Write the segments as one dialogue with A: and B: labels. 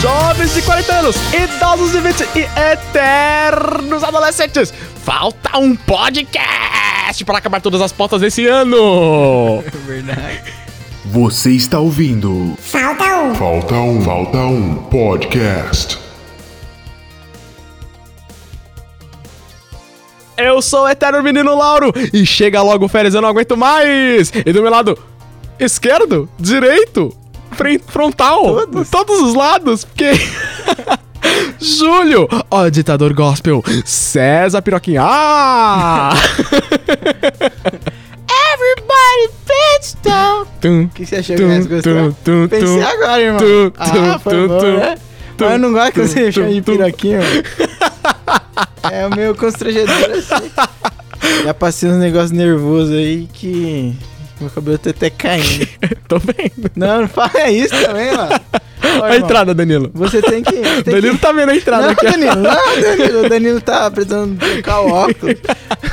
A: jovens de 40 anos, idosos de 20 e eternos adolescentes. Falta um podcast para acabar todas as pautas desse ano.
B: Você está ouvindo.
C: Falta um.
D: Falta um, falta um podcast.
A: Eu sou o eterno menino Lauro e chega logo férias, eu não aguento mais. E do meu lado esquerdo, direito, fren- frontal, todos, todos os lados, porque Júlio, ó ditador gospel, César Piroquinha. Ah!
E: Everybody bitch down.
A: Tum,
E: O que você achou que
A: tum,
E: mais gostou?
A: tum, tum,
E: Pensei
A: tum,
E: agora, irmão.
A: tum,
E: ah, foi
A: tum,
E: bom,
A: tum,
E: né?
A: tum,
E: Mas eu não gosto que
A: tum,
E: você me chame de
A: tum, tum.
E: piroquinho. é meio constrangedor assim. Já passei uns negócios nervosos aí que... Meu cabelo tá até caindo.
A: Tô vendo.
E: Não, não fala isso também, mano. Ó,
A: Olha a
E: irmão,
A: entrada, Danilo.
E: Você tem que... Tem que-
A: Danilo tá vendo a entrada
E: não,
A: aqui. ó.
E: Danilo, não, Danilo. O Danilo tá precisando trocar o óculos.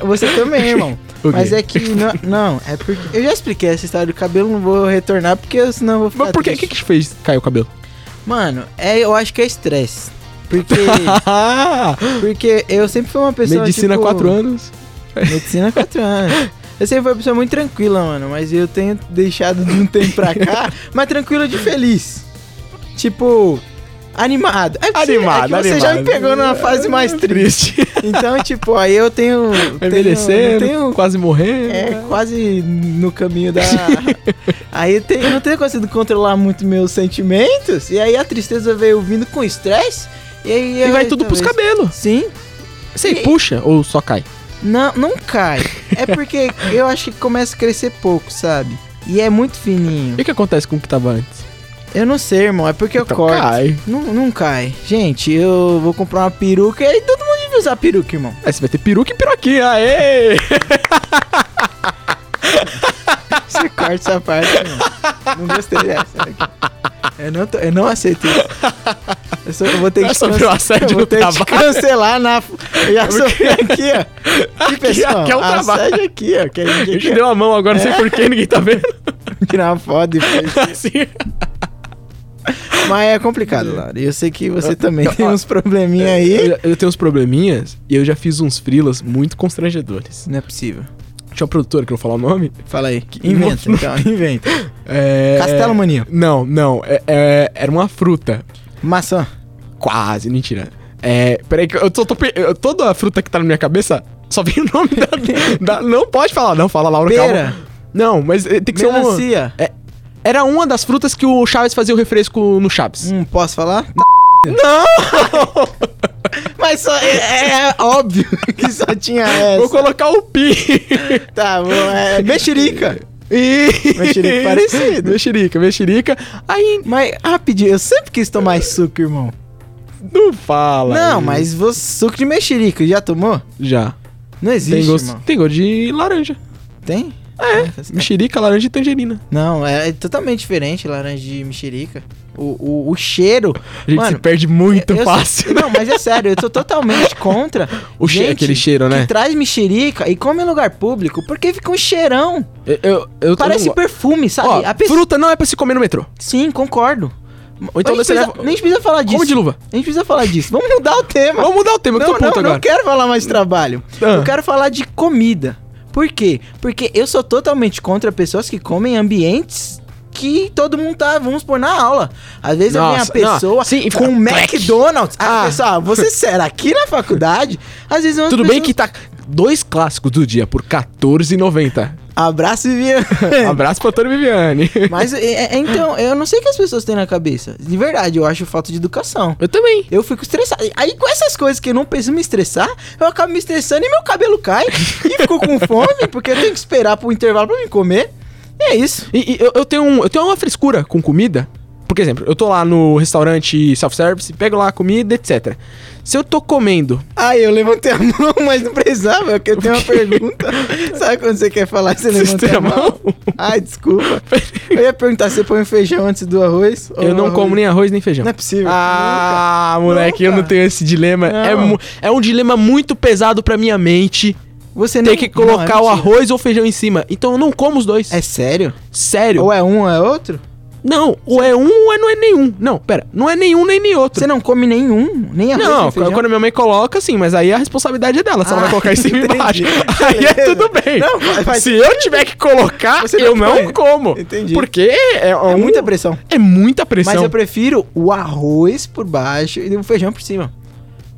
E: Você também, irmão.
A: O quê?
E: Mas é que. Não, não, é porque. Eu já expliquei essa história do cabelo, não vou retornar, porque senão eu vou ficar.
A: Mas por que o que
E: tá triste.
A: que fez cair o cabelo?
E: Mano, é, eu acho que é estresse. Porque.
A: Ah,
E: porque eu sempre fui uma pessoa.
A: medicina
E: tipo,
A: 4 anos.
E: Medicina 4 anos. Eu sempre fui uma pessoa muito tranquila, mano. Mas eu tenho deixado de um tempo pra cá, mas tranquila de feliz. Tipo. Animado. É que você- é que
A: Animado,
E: você já me
A: animado.
E: pegou numa fase mais
A: É
E: triste. um,
A: Triste.
E: Então, tipo, aí eu tenho.
A: Vai
E: tenho-
A: envelhecendo,
E: não tenho-
A: quase morrendo.
E: um- é, quase no caminho da. aí eu, tenho- eu não tenho conseguido controlar muito meus sentimentos. E aí a tristeza veio vindo com estresse. E, aí
A: E
E: eu-
A: vai tudo pros
E: talvez-
A: cabelos.
E: Sim.
A: Você
E: E-
A: puxa ou só cai?
E: Não, não cai. É porque eu acho que começa a crescer pouco, sabe? E é muito fininho.
A: E o que acontece com o que tava antes?
E: Eu não sei, irmão. É porque eu
A: Então
E: corto.
A: cai.
E: Não, não cai. Gente, eu vou comprar uma peruca e aí todo mundo devia usar peruca, irmão.
A: Aí você vai ter peruca e piroquinha, aê!
E: Você corta essa parte, não. Não gostei dessa. Eu não, tô- eu não aceito isso. Eu, só- eu vou ter
A: Não
E: que
A: é sobre
E: cance-
A: o assédio
E: eu vou
A: no
E: ter que te
A: trabalho.
E: cancelar na. Eu já sofri aqui, ó. Que pessoal?
A: aqui é o trabalho.
E: Assédio aqui, ó. Que a
A: A
E: gente
A: gente
E: quer
A: deu a mão agora, não
E: É.
A: sei porquê, ninguém tá vendo.
E: tirar uma foto e fez.
A: assim.
E: Mas é complicado, Laura. E eu sei que você também tem uns probleminha
A: Eu,
E: aí.
A: já- eu tenho uns probleminhas e eu já fiz uns frilas muito constrangedores.
E: Não é possível.
A: Tinha uma produtora, que eu não vou falar o nome.
E: Fala aí. Inventa, então. Inventa.
A: É...
E: Castelo Maninho.
A: Não, não. é- é- era uma fruta.
E: Maçã.
A: Quase, mentira. É, peraí, que eu tô, tô pe- eu- toda a fruta que tá na minha cabeça só vem o nome da, da- Não pode falar, não, fala Laura,
E: Pera.
A: calma. Não, mas eh, tem que ser
E: Melancia.
A: uma. É, era uma das frutas que o Chaves fazia o refresco no Chaves.
E: Hum, posso falar? Não! Mas só é, é óbvio que só tinha
A: Vou
E: essa.
A: colocar o pi.
E: Tá bom, é mexerica.
A: E...
E: Mexerica parecido.
A: Mexerica, mexerica. Aí,
E: Mas rapidinho, eu sempre quis tomar suco, irmão.
A: não É. fala.
E: Não,
A: aí.
E: mas você, suco de mexerica, já tomou?
A: Já.
E: Não existe,
A: tem, gosto, É.
E: irmão.
A: tem gosto de laranja.
E: Tem? Ah,
A: Mexerica, laranja e tangerina.
E: Não, é, é totalmente diferente laranja de mexerica. O, o, o cheiro.
A: A gente se perde muito
E: eu- eu-
A: fácil.
E: Não, mas é sério, eu sou totalmente contra.
A: O che-
E: gente
A: aquele cheiro, né?
E: Que traz mexerica e come em lugar público, porque fica um cheirão.
A: Eu, eu, eu
E: Parece
A: eu não gosto.
E: perfume, sabe?
A: Ó,
E: Tá A pessoa-
A: Fruta não é pra se comer no metrô.
E: Sim, concordo.
A: Ou então
E: a, gente
A: você
E: precisa,
A: leva-
E: nem precisa falar disso.
A: Como de luva.
E: A gente precisa falar disso. Vamos mudar o tema.
A: Vamos mudar o tema, eu tô
E: não, não,
A: puto
E: não
A: agora.
E: quero falar mais de trabalho.
A: Ah.
E: Eu quero falar de comida. Por quê? Porque eu sou totalmente contra pessoas que comem em ambientes que todo mundo tá, vamos pôr na aula. Às vezes
A: Nossa,
E: eu venho a
A: não.
E: pessoa
A: Sim, e fica
E: com um
A: clack.
E: McDonald's. Ah,
A: Ah.
E: pessoal, você será aqui na faculdade? Às vezes umas
A: Tudo bem que
E: pessoas-
A: tá dois clássicos do dia por R$14,90.
E: Abraço e via.
A: Abraço pra Antônio Viviane.
E: Mas é- é- então, eu não sei o que as pessoas têm na cabeça. De verdade, eu acho falta de educação.
A: Eu também.
E: Eu fico estressado. Aí com essas coisas que eu não preciso me estressar, eu acabo me estressando e meu cabelo cai. e fico com fome, porque eu tenho que esperar pro intervalo pra me comer. E é isso.
A: E, e eu, eu tenho um- eu tenho uma frescura com comida. Por exemplo, eu tô lá no restaurante self-service, pego lá a comida, etc. Se eu tô comendo.
E: Aí eu levantei a mão, mas não precisava, porque eu tenho uma pergunta. Sabe quando você quer falar, você
A: Vocês
E: levanta
A: têm
E: a mão? Ai, desculpa. Eu ia perguntar se você põe feijão antes do arroz. ou
A: Eu não
E: arroz-
A: como nem arroz nem feijão.
E: Não é possível.
A: Ah, moleque, eu não
E: Nunca.
A: tenho esse dilema.
E: Não.
A: É, mu- é um dilema muito pesado pra minha mente.
E: Nunca. Você
A: Ter que
E: não é
A: colocar o
E: mentira.
A: arroz ou feijão em cima. Então eu não como os dois.
E: É sério?
A: sério.
E: Ou é um ou é outro?
A: Não, ou é um ou é- não é nenhum. Não, pera, não é nenhum nem nem outro.
E: Você não come nenhum? Nem arroz,
A: Não,
E: nem feijão?
A: quando minha mãe coloca, sim, mas aí a responsabilidade é dela, se ela
E: Ah,
A: vai colocar em cima e
E: entendi.
A: embaixo. Aí é
E: Beleza.
A: tudo bem.
E: Não, vai- vai-
A: se eu tiver que colocar,
E: Você não
A: eu não
E: põe.
A: como.
E: Entendi.
A: Porque é,
E: É
A: um-
E: muita pressão.
A: É muita pressão.
E: Mas eu prefiro o arroz por baixo e o feijão por cima.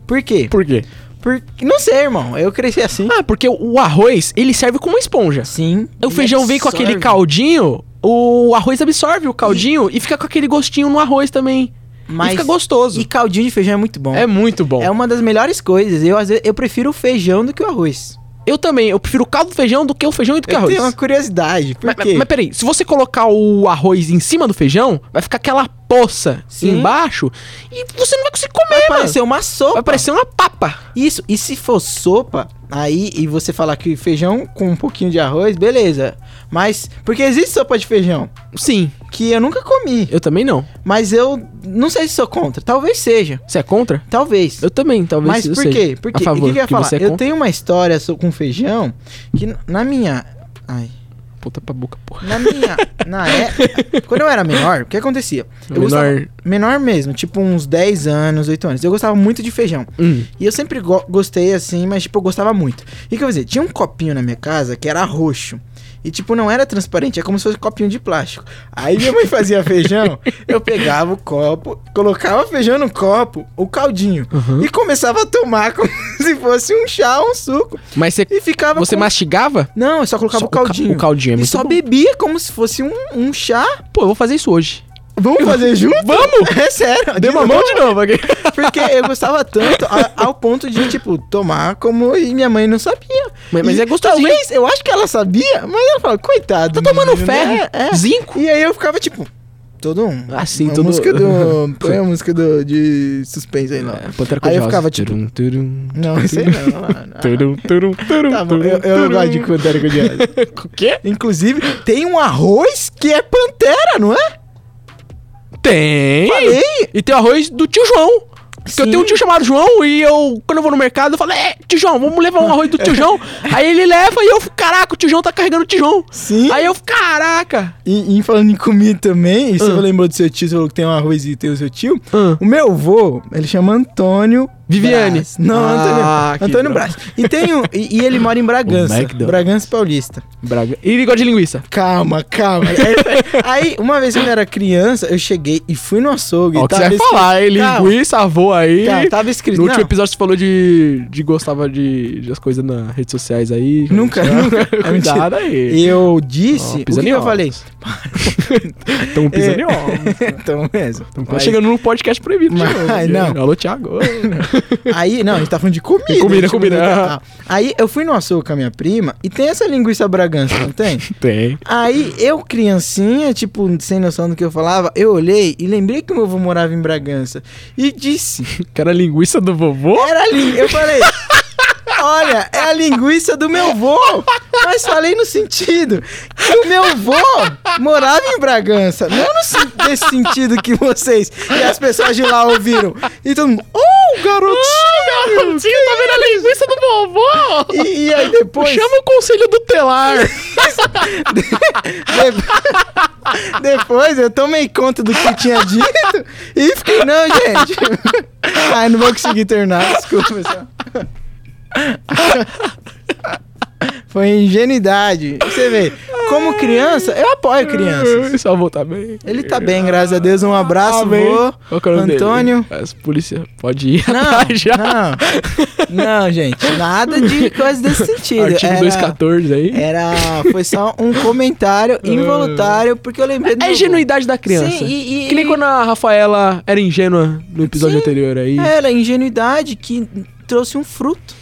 E: Por quê?
A: Por quê?
E: Porque, não sei, irmão. Eu cresci assim.
A: Ah, porque o arroz, ele serve como uma esponja.
E: Sim. é
A: O feijão vem com aquele caldinho, o arroz absorve o caldinho e, fica com aquele gostinho no arroz também.
E: Mas-
A: E fica gostoso.
E: E caldinho de feijão é muito bom.
A: É muito bom.
E: É uma das melhores coisas. Eu, às vezes, eu prefiro o feijão do que o arroz.
A: Eu também, eu prefiro o caldo do feijão do que o feijão e do que o
E: Eu
A: arroz.
E: tenho uma curiosidade. Por
A: Mas,
E: quê?
A: mas peraí, se você colocar o arroz em cima do feijão, vai ficar aquela poça
E: Sim.
A: embaixo e você não vai conseguir comer,
E: vai
A: mano.
E: parecer É, assim, uma sopa.
A: Vai parecer uma papa.
E: Isso. E se for sopa, aí e você falar que feijão com um pouquinho de arroz, beleza. Mas. Porque existe sopa de feijão.
A: Sim,
E: Que eu nunca comi.
A: eu também não.
E: Mas eu não sei se sou contra. Talvez seja.
A: Você é contra?
E: Talvez.
A: Eu também, talvez
E: Mas
A: eu
E: por
A: seja
E: quê? Por quê?
A: A favor,
E: e o que que eu ia
A: que
E: falar?
A: você é
E: eu
A: contra.
E: tenho uma história so- com feijão que n- na minha. Ai.
A: Puta pra boca, porra.
E: Na minha. na é... Quando eu era menor, o que acontecia? Eu
A: Menor.
E: gostava- menor mesmo, tipo uns 10 anos, 8 anos. Eu gostava muito de feijão.
A: Hum.
E: E eu sempre go- gostei assim, mas tipo, eu gostava muito. E o que eu fazia? Tinha um copinho na minha casa que era roxo. E tipo, não era transparente, é como se fosse um copinho de plástico. Aí minha mãe fazia feijão, eu pegava o copo, colocava feijão no copo, o caldinho,
A: Uhum.
E: e começava a tomar como se fosse um chá, um suco.
A: Mas você,
E: E ficava
A: você
E: com-
A: mastigava?
E: Não, eu só colocava
A: Só
E: o caldinho.
A: o ca- o caldinho é
E: E
A: muito
E: só
A: bom.
E: bebia como se fosse um, um chá.
A: Pô, eu vou fazer isso hoje.
E: Vamos fazer junto?
A: Vamos!
E: É sério.
A: Deu uma mão de novo aqui.
E: Porque eu gostava tanto a- ao ponto de, tipo, tomar como e minha mãe não sabia.
A: Mas- mas
E: E
A: é gostosinho.
E: Talvez, eu acho que ela sabia, mas ela falou, coitado.
A: Tá tomando
E: menino,
A: ferro,
E: né? É.
A: zinco.
E: E aí eu ficava, tipo, todo um...
A: Assim,
E: uma
A: todo- É,
E: Música do, põe a música do, de suspense aí, não. aí eu ficava, tipo,
A: Turum, turum,
E: não, isso aí não. ah,
A: turum, turum, turum,
E: ah. Tá bom,
A: turum,
E: eu, eu
A: turum.
E: gosto de Pantera Cordiosa.
A: O quê?
E: Inclusive, tem um arroz que é pantera, não é?
A: Tem!
E: Falei.
A: E tem o arroz do tio João. Que eu
E: Sim.
A: tenho um tio chamado João e eu, quando eu vou no mercado, eu falo, é, tio João, vamos levar um arroz do tio João. Aí ele leva e eu fico, caraca, o tio João tá carregando o tio João.
E: Sim.
A: Aí eu fico, caraca.
E: E, e falando em comida também, e você
A: Ah.
E: lembrou do seu tio, você falou que tem um arroz e tem o seu tio.
A: Ah.
E: O meu avô, ele chama Antônio.
A: Viviane.
E: Braz. Não,
A: Ah,
E: Antônio.
A: que
E: Antônio
A: droga.
E: Braz. E, tem um, e, e ele mora em Bragança.
A: O McDonald's.
E: Bragança Paulista.
A: Braga. E ele gosta de linguiça.
E: Calma, calma. É, Aí, aí, uma vez que eu era criança, eu cheguei e fui no açougue.
A: Ó, o que você vai
E: escrito-
A: falar, hein?
E: Calma,
A: Linguiça, avô aí.
E: calma, tava escrito.
A: No último
E: não,
A: episódio você falou de, de gostava de, de as coisas nas redes sociais aí.
E: Nunca, nunca. É mentira.
A: Cuidado aí.
E: Eu disse.
A: Ó,
E: o que,
A: pisando
E: que
A: em
E: eu
A: ovos.
E: falei? É,
A: Estamos pisando em ovos.
E: então, mesmo.
A: Estamos quase chegando num podcast proibido. de
E: Mas-
A: novo. né?
E: Ai, não.
A: Alô, Thiago.
E: Aí, não, a gente tá falando de comida.
A: É comida,
E: a gente
A: comida.
E: mudou total. Aí eu fui no açougue com a minha prima e tem essa linguiça bragança, não tem?
A: Tem.
E: Aí eu, criancinha, tipo, sem noção do que eu falava, eu olhei e lembrei que meu avô morava em Bragança. E disse:
A: Que era linguiça do vovô?
E: Era ali. Eu falei. Olha, é a linguiça do meu vô. Mas falei no sentido que o meu vô morava em Bragança. Não no sen- nesse sentido que vocês e as pessoas de lá ouviram. E todo mundo, oh, garotinho!
A: garotinho, tá vendo a linguiça do vovô?
E: E, e aí depois.
A: Chama o conselho do telar.
E: De- Depois eu tomei conta do que eu tinha dito e fiquei, não, gente. Ai, não vou conseguir terminar, desculpa, pessoal. Foi ingenuidade. Você vê, como criança, eu apoio É, crianças.
A: Esse avô tá bem.
E: Ele tá bem, graças a Deus. Um abraço,
A: Amém.
E: vô.
A: Qual que é o nome
E: Antônio.
A: Dele? As polícia pode ir
E: Não,
A: atrás já.
E: não, não, gente, nada de coisa desse sentido.
A: Artigo
E: Era-
A: 214 aí.
E: Era, foi só um comentário involuntário, porque eu lembrei do
A: É a
E: meu vô.
A: ingenuidade da criança.
E: Sim, e- e-
A: que nem
E: e-
A: quando a Rafaela era ingênua no episódio
E: Sim. É,
A: anterior aí.
E: Era a ingenuidade que trouxe um fruto.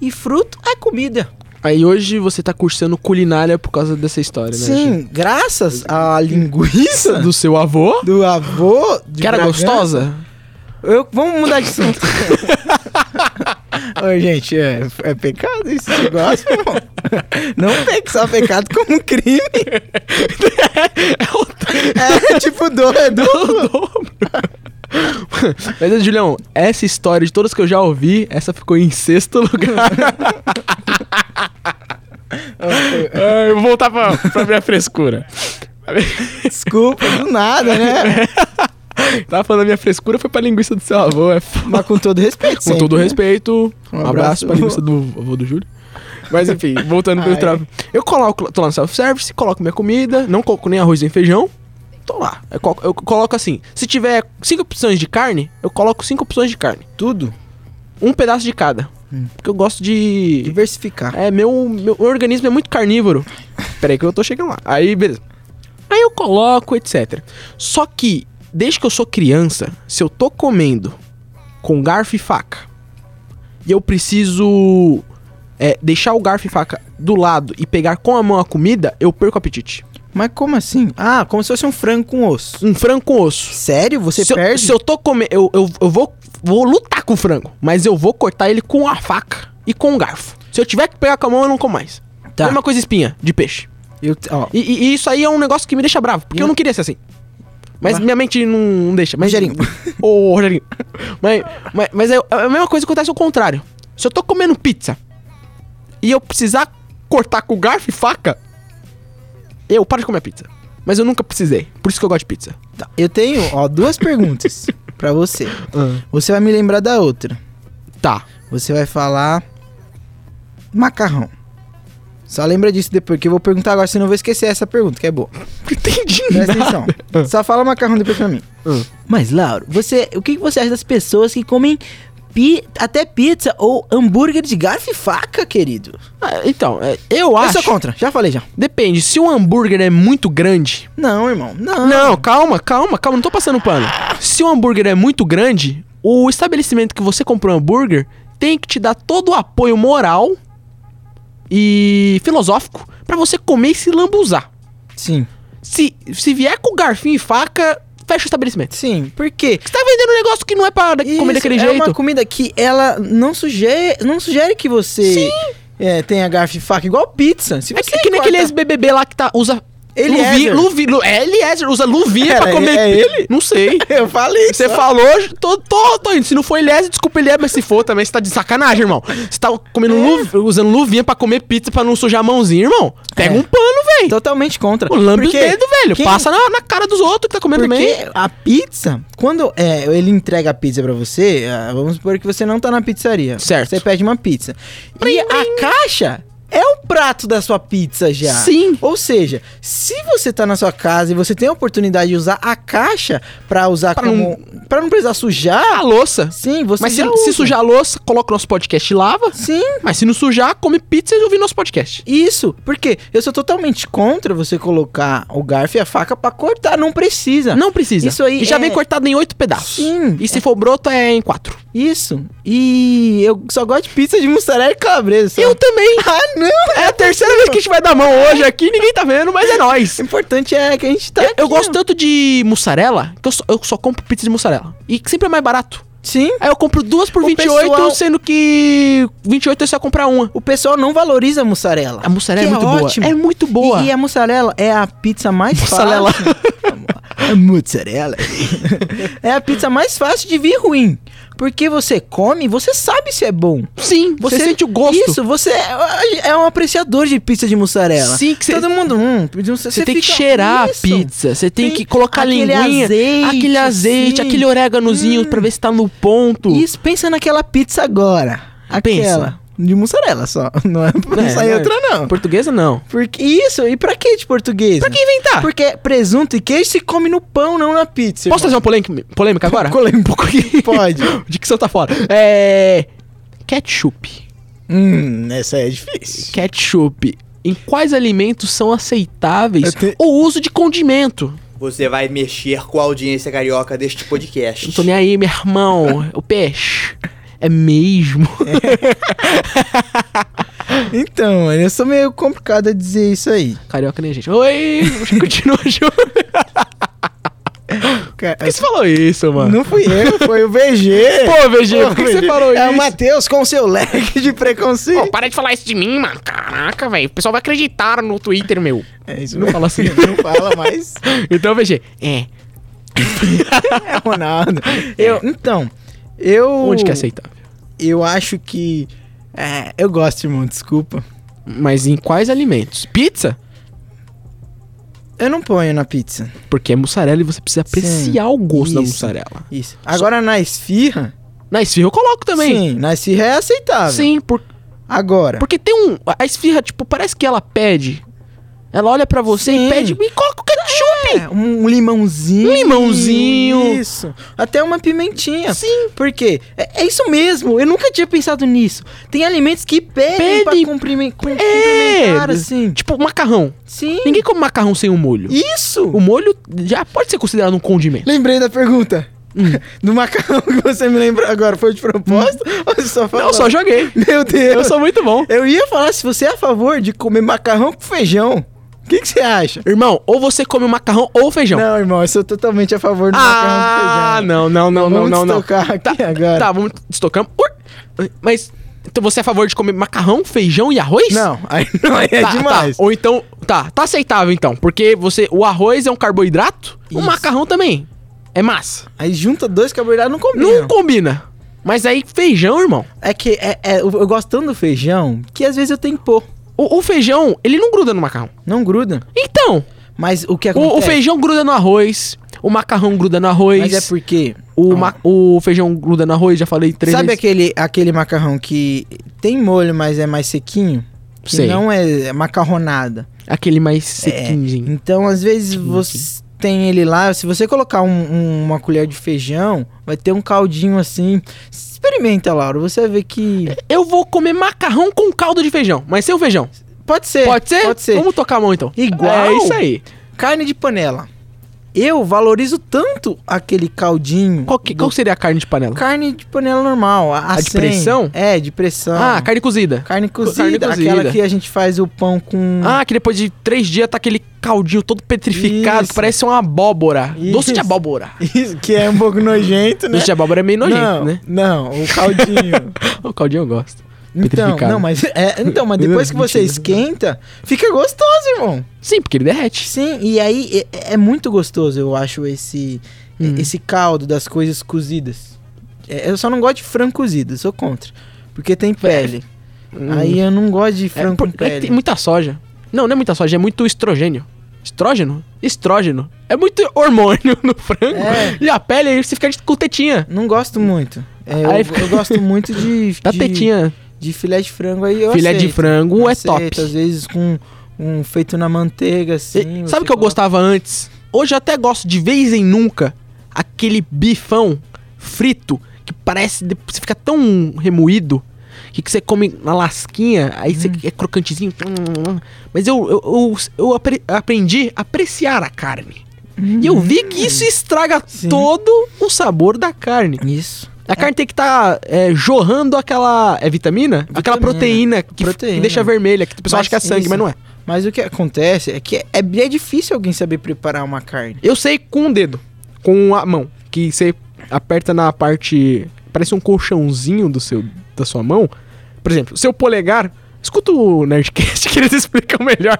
E: E fruto é comida.
A: Aí hoje você tá cursando culinária por causa dessa história, né?
E: Sim, graças à linguiça
A: Gil?
E: do,
A: Do seu avô?
E: avô de
A: que era
E: Bragança,
A: gostosa?
E: Eu, vamos mudar de assunto. Ô, gente, é, é pecado isso? Você gosta? pô? Não peca, só pecado como crime. É tipo doido.
A: Eu dobro. Mas, Julião, essa história de todas que eu já ouvi, essa ficou em sexto lugar. Ah, eu vou voltar pra, pra minha frescura.
E: Desculpa, do nada, né?
A: Tava falando a minha frescura, foi pra linguiça do seu avô. É foda.
E: Mas com todo respeito,
A: Com
E: sempre,
A: todo
E: né?
A: respeito, um
E: Um
A: abraço,
E: abraço.
A: pra linguiça do avô do Júlio. Mas enfim, voltando pro
E: Ai.
A: trabalho. Eu coloco, tô lá no self-service, coloco minha comida, não coloco nem arroz nem feijão. Tô lá. Eu coloco, eu coloco assim: se tiver cinco opções de carne, eu coloco cinco opções de carne.
E: Tudo. Hum.
A: Um pedaço de cada. Porque eu gosto de.
E: Diversificar.
A: É, meu, meu organismo é muito carnívoro. Peraí que eu tô chegando lá. Aí, beleza. Aí eu coloco, etc. Só que, desde que eu sou criança, se eu tô comendo com garfo e faca, e eu preciso é, deixar o garfo e faca do lado e pegar com a mão a comida, eu perco o apetite.
E: Mas como assim? Ah, como se fosse um frango com osso.
A: Um frango com osso.
E: Sério? Você
A: se, eu-
E: perde?
A: se eu tô comendo. Eu, eu, eu vou, vou lutar com o frango, mas eu vou cortar ele com a faca e com o garfo. Se eu tiver que pegar com a mão, eu não como mais.
E: Tá.
A: Mesma coisa espinha de peixe.
E: Eu- ó,
A: E, e- e isso aí é um negócio que me deixa bravo, porque eu não queria ser assim. Mas
E: Bah.
A: minha mente não, não deixa. Mas,
E: Rogerinho.
A: Ô, Rogerinho. Mas, mas, mas é, a mesma coisa que acontece ao contrário. Se eu tô comendo pizza e eu precisar cortar com garfo e faca, eu paro de comer pizza. Mas eu nunca precisei. Por isso que eu gosto de pizza.
E: tá. Eu tenho, ó, duas perguntas pra você.
A: Ah.
E: Você vai me lembrar da outra.
A: Tá.
E: Você vai falar macarrão. Só lembra disso depois, que eu vou perguntar agora, senão eu vou esquecer essa pergunta, que é boa.
A: Entendi.
E: Presta
A: nada. Ah.
E: atenção. Só fala macarrão depois pra mim.
A: Hum.
C: Mas, Lauro, você, o que que você acha das pessoas que comem pi- até pizza ou hambúrguer de garfo e faca, querido?
A: Ah, Então, é, eu
E: Eu
A: acho.
E: sou contra, já falei já.
A: Depende. Se o hambúrguer é muito grande,
E: Não, irmão, não.
A: Não, calma, calma, calma, não tô passando pano. Se o hambúrguer é muito grande, o estabelecimento que você comprou o hambúrguer tem que te dar todo o apoio moral e filosófico pra você comer e se lambuzar.
E: Sim,
A: Se, se vier com garfinho e faca, fecha o estabelecimento.
E: sim, por quê?
A: Você tá vendendo um negócio que não é pra da- comer
E: Isso
A: daquele
E: é
A: jeito?
E: uma comida que ela não sugere, não sugere que você é, tenha garfo e faca, igual pizza. Se
A: É
E: você
A: que, que nem aquele
E: corta-
A: ex-BBB lá que tá, usa...
E: Eliezer.
A: Luvi, Luvi, Lu- é Eliezer, usa luvinha pra
E: Era,
A: comer.
E: é ele?
A: Não sei.
E: Eu falei
A: Você
E: só.
A: falou, tô, tô, tô indo. Se não for Elias, desculpa Elias, mas se for também, você tá de sacanagem, irmão. Você tá comendo
E: É.
A: luv- usando luvinha pra comer pizza pra não sujar a mãozinha, irmão. Pega
E: É.
A: um pano, velho.
E: Totalmente contra.
A: O lambe o
E: Porque
A: dedo, velho.
E: quem-
A: Passa na, na cara dos outros que tá comendo
E: Porque
A: também.
E: a pizza, quando é, ele entrega a pizza pra você, ah, vamos supor que você não tá na pizzaria.
A: Certo.
E: Você pede uma pizza. e a caixa é o prato da sua pizza já.
A: Sim.
E: Ou seja, se você tá na sua casa e você tem a oportunidade de usar a caixa pra usar
A: Pra
E: como... Pra não precisar
A: A
E: sujar...
A: louça.
E: Sim, você
A: Mas se,
E: já
A: se
E: usa.
A: sujar a louça, coloca o nosso podcast e lava.
E: Sim.
A: Mas se não sujar, come pizza e ouve nosso podcast.
E: Isso, porque eu sou totalmente contra você colocar o garfo e a faca pra cortar, não precisa.
A: Não precisa.
E: Isso aí
A: E já
E: é-
A: vem cortado em oito pedaços.
E: Sim.
A: E se for broto, é em quatro.
E: Isso. E eu só gosto de pizza de mussarela e calabresa. só.
A: Eu também.
E: Ah, não!
A: É a terceira vez que a gente vai dar mão hoje aqui, ninguém tá vendo, mas é nóis.
E: O importante é que a gente tá.
A: Eu, eu
E: aqui,
A: gosto
E: ó.
A: tanto de mussarela que eu só, eu só compro pizza de mussarela. E que sempre é mais barato.
E: né? Sim.
A: Aí eu compro duas por
E: O
A: 28,
E: pessoal-
A: sendo que 28 eu só comprar uma.
E: O pessoal não valoriza a mussarela.
A: A mussarela é
E: Que
A: muito boa. É muito boa.
E: E, e a mussarela é a pizza mais
A: Mussarela.
E: fácil. A mussarela. é a pizza mais fácil de vir ruim. Porque você come, você sabe se é bom.
A: Sim, você, sente o gosto.
E: Isso, você é, é um apreciador de pizza de mussarela.
A: Sim, que você-
E: Todo mundo. Hum, pizza de mussarela,
A: Você tem que
E: fica-
A: cheirar
E: Isso.
A: a pizza, você tem,
E: Tem
A: que colocar a
E: aquele
A: linguinha,
E: azeite,
A: aquele azeite,
E: sim.
A: aquele oréganozinho pra ver se tá no ponto.
E: Isso, pensa naquela pizza agora. Aquela.
A: Pensa.
E: De mussarela só. Não é pra
A: É,
E: pensar em
A: né?
E: outra, não.
A: Portuguesa não.
E: Porque isso, e pra que de português?
A: Pra que inventar?
E: Porque é presunto e queijo se come no pão, não na
A: Posso
E: pizza. irmão.
A: fazer uma polêmica, polêmica agora?
E: Colei um pouco aqui. Pode.
A: Dicção tá fora. É. Ketchup.
E: hum, essa é difícil.
A: ketchup em quais alimentos são aceitáveis
E: Eu te-
A: o uso de condimento?
F: Você vai mexer com a audiência carioca deste podcast.
A: Não tô nem aí, meu irmão. o peixe. É mesmo.
E: É. Então, mano, eu sou meio complicado a dizer isso aí.
A: Carioca nem a gente. Oi! Continua o jogo. Por
E: Cara,
A: que você falou isso, mano?
E: não fui eu, foi o VG.
A: Pô, VG, por que
E: Foi o
A: você
E: VG.
A: falou
E: É
A: isso?
E: o Matheus com seu leque de preconceito.
G: Pô, para de falar isso de mim, mano. Caraca, velho. O pessoal vai acreditar no Twitter, meu.
E: é isso,
A: Não fala assim.
E: Não fala mais.
A: Então, VG. É.
E: É Ronaldo. Eu, então, eu.
A: Onde que é aceitável?
E: Eu acho que. É, eu gosto, irmão, desculpa.
A: Mas em quais alimentos? Pizza?
E: Eu não ponho na pizza.
A: Porque é mussarela e você precisa apreciar o gosto da
E: isso.
A: mussarela.
E: Isso. Agora na esfirra.
A: Na esfirra eu coloco também.
E: Sim, na esfirra é aceitável.
A: Sim, por-
E: Agora.
A: porque tem um. A esfirra, tipo, parece que ela pede. Ela olha pra você e
E: Sim.
A: pede e coloca o ketchup.
E: É, um limãozinho.
A: Um limãozinho.
E: Isso. Até uma pimentinha.
A: Sim.
E: Por quê? É, é isso mesmo. Eu nunca tinha pensado nisso. Tem alimentos que
A: Pedem.
E: pedem, pra cumprimen- cum-
A: É.
E: cumprimentar, assim.
A: Tipo, macarrão.
E: Sim.
A: Ninguém come macarrão sem o molho.
E: Isso.
A: O molho já pode ser considerado um condimento.
E: Lembrei da pergunta. Do macarrão que você me lembrou agora. Foi de propósito? Ou você Hum. só falou?
A: Eu só joguei.
E: Meu Deus.
A: Eu sou muito bom.
E: Eu ia falar se você é a favor de comer macarrão com feijão. O que, que você acha?
A: Irmão, ou você come macarrão ou feijão.
E: Não, irmão, eu sou totalmente a favor do
A: Ah,
E: macarrão com feijão.
A: não, não, não, não,
E: Vamos
A: não, não.
E: destocar aqui agora.
A: Tá, vamos destocar. Ui, Mas então você é a favor de comer macarrão, feijão e arroz?
E: Não, aí não aí é
A: Tá,
E: demais.
A: tá. Ou então, tá, tá aceitável então, porque você o arroz é um carboidrato, o
E: Isso.
A: macarrão também é massa.
E: Aí junta dois carboidratos não combina.
A: Não combina. Mas aí feijão, irmão.
E: É que é, é, eu eu gosto tanto do feijão que às vezes eu tenho que pôr.
A: O, o feijão, ele não gruda no macarrão.
E: Não gruda.
A: Então,
E: Mas o que acontece?
A: o, o feijão gruda no arroz, o macarrão gruda no arroz.
E: é? Mas é porque.
A: O, ma- o feijão gruda no arroz, já falei três
E: Sabe
A: vezes.
E: aquele, aquele macarrão que tem molho, mas é mais sequinho? Que
A: Sei.
E: não é, é macarronada.
A: Aquele mais
E: É,
A: sequinho.
E: Então, às vezes, você tem ele lá. Se você colocar um- um- uma colher de feijão, vai ter um caldinho assim. Experimenta, Laura. Você vai ver que.
A: Eu vou comer macarrão com caldo de feijão, mas sem o feijão.
E: Pode ser.
A: Pode ser?
E: É, Pode ser.
A: Vamos tocar a mão então.
E: Igual?
A: É isso aí.
E: Carne de panela. Eu valorizo tanto aquele caldinho.
A: Qual, que-
E: do-
A: qual seria a carne de panela?
E: Carne de panela normal. A,
A: Ah, de pressão?
E: É, de pressão.
A: Ah, carne cozida.
E: carne cozida,
A: carne cozida.
E: Aquela que a gente faz o pão com.
A: Ah, que depois de três dias tá aquele caldinho todo petrificado,
E: Isso.
A: parece uma abóbora. Doce de
E: Isso.
A: abóbora.
E: Isso, que é um pouco nojento, né?
A: Doce de abóbora é meio nojento,
E: não,
A: né?
E: Não, o caldinho.
A: O caldinho eu gosto.
E: então,
A: Petrificado.
E: não, mas, é, então, mas depois que você esquenta, fica gostoso, irmão.
A: Sim, porque ele derrete.
E: Sim, e aí é, é muito gostoso, eu acho, esse,
A: Hum.
E: esse caldo das coisas cozidas. É, eu só não gosto de frango cozido, eu sou contra. Porque tem pele. Aí eu não gosto de frango
A: Hum. É, por-
E: com
A: é que
E: pele.
A: tem muita soja. Não, não é muita soja, é muito estrogênio. Estrógeno? Estrógeno. É muito hormônio no frango.
E: É.
A: E a pele aí você fica de- com tetinha.
E: Não gosto muito. É, eu,
A: Aí fica-
E: eu gosto muito de,
A: Da
E: de,
A: tetinha.
E: de filé de frango aí. Eu
A: Filé de
E: aceito.
A: frango é
E: Aceito,
A: top.
E: Às vezes com um feito na manteiga,
A: E-
E: assim.
A: sabe o
E: você
A: que eu
E: coloca-
A: gostava antes? Hoje eu até gosto de vez em nunca aquele bifão frito que parece. de- Você fica tão remoído que, que você come na lasquinha, aí
E: Hum.
A: você é crocantezinho. Mas eu, eu, eu, eu apre- aprendi a apreciar a carne. E eu vi que isso estraga
E: Hum. Sim. É.
A: todo o sabor da carne.
E: Isso.
A: A carne tem que estar jorrando aquela. É vitamina? Aquela
E: Vitamina.
A: proteína que, que
E: Proteína.
A: deixa vermelha, que o pessoal
E: Mas
A: acha que é sangue,
E: isso.
A: mas não é.
E: Mas o que acontece é que é, é difícil alguém saber preparar uma carne.
A: Eu sei com um dedo, com a mão, que você aperta na parte, parece um colchãozinho do seu, da sua mão. Por exemplo, seu polegar, escuta o Nerdcast que eles explicam melhor.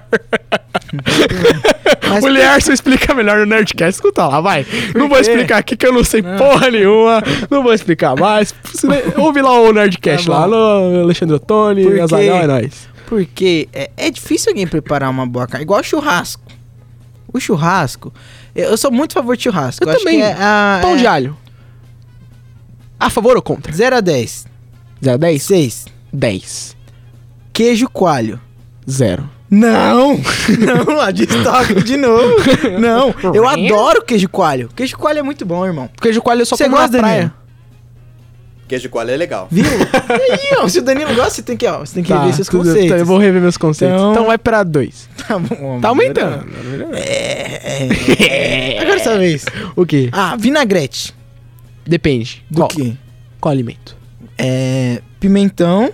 E: Mas
A: o Lierson explica melhor no Nerdcast, escuta lá, vai. Não vou explicar aqui que eu não sei porra nenhuma, não vou explicar mais. Você Ouve lá o Nerdcast
E: Tá
A: lá,
E: bom.
A: alô, Alexandre Ottoni,
E: Porque-
A: Azaião, é nóis.
E: Porque é, é difícil alguém preparar uma boa carne. Igual churrasco. O churrasco. Eu eu sou muito a favor de churrasco.
A: Eu
E: acho
A: também.
E: que é, ah,
A: Pão
E: é
A: de alho. A favor ou contra?
E: 0 a 10.
A: 0 a 10?
E: 6.
A: 10.
E: Queijo coalho.
A: 0.
E: Não! Não, lá de estoque de novo. Não, eu adoro queijo coalho. Queijo coalho é muito bom, irmão.
A: Queijo coalho eu só
E: Você
A: como na
E: gosta,
A: praia.
E: Danilo?
F: Queijo coalho é legal.
E: Viu? E aí, ó, se o Danilo gosta, você tem que, ó, você tem que rever seus
A: tudo-
E: conceitos.
A: tá, eu vou rever meus conceitos. Então,
E: Então-
A: vai pra dois.
E: Tá bom.
A: Tá aumentando. É.
E: Agora sua vez.
A: O quê?
E: Ah, vinagrete.
A: Depende.
E: Do
A: qual,
E: quê?
A: qual alimento?
E: É. Pimentão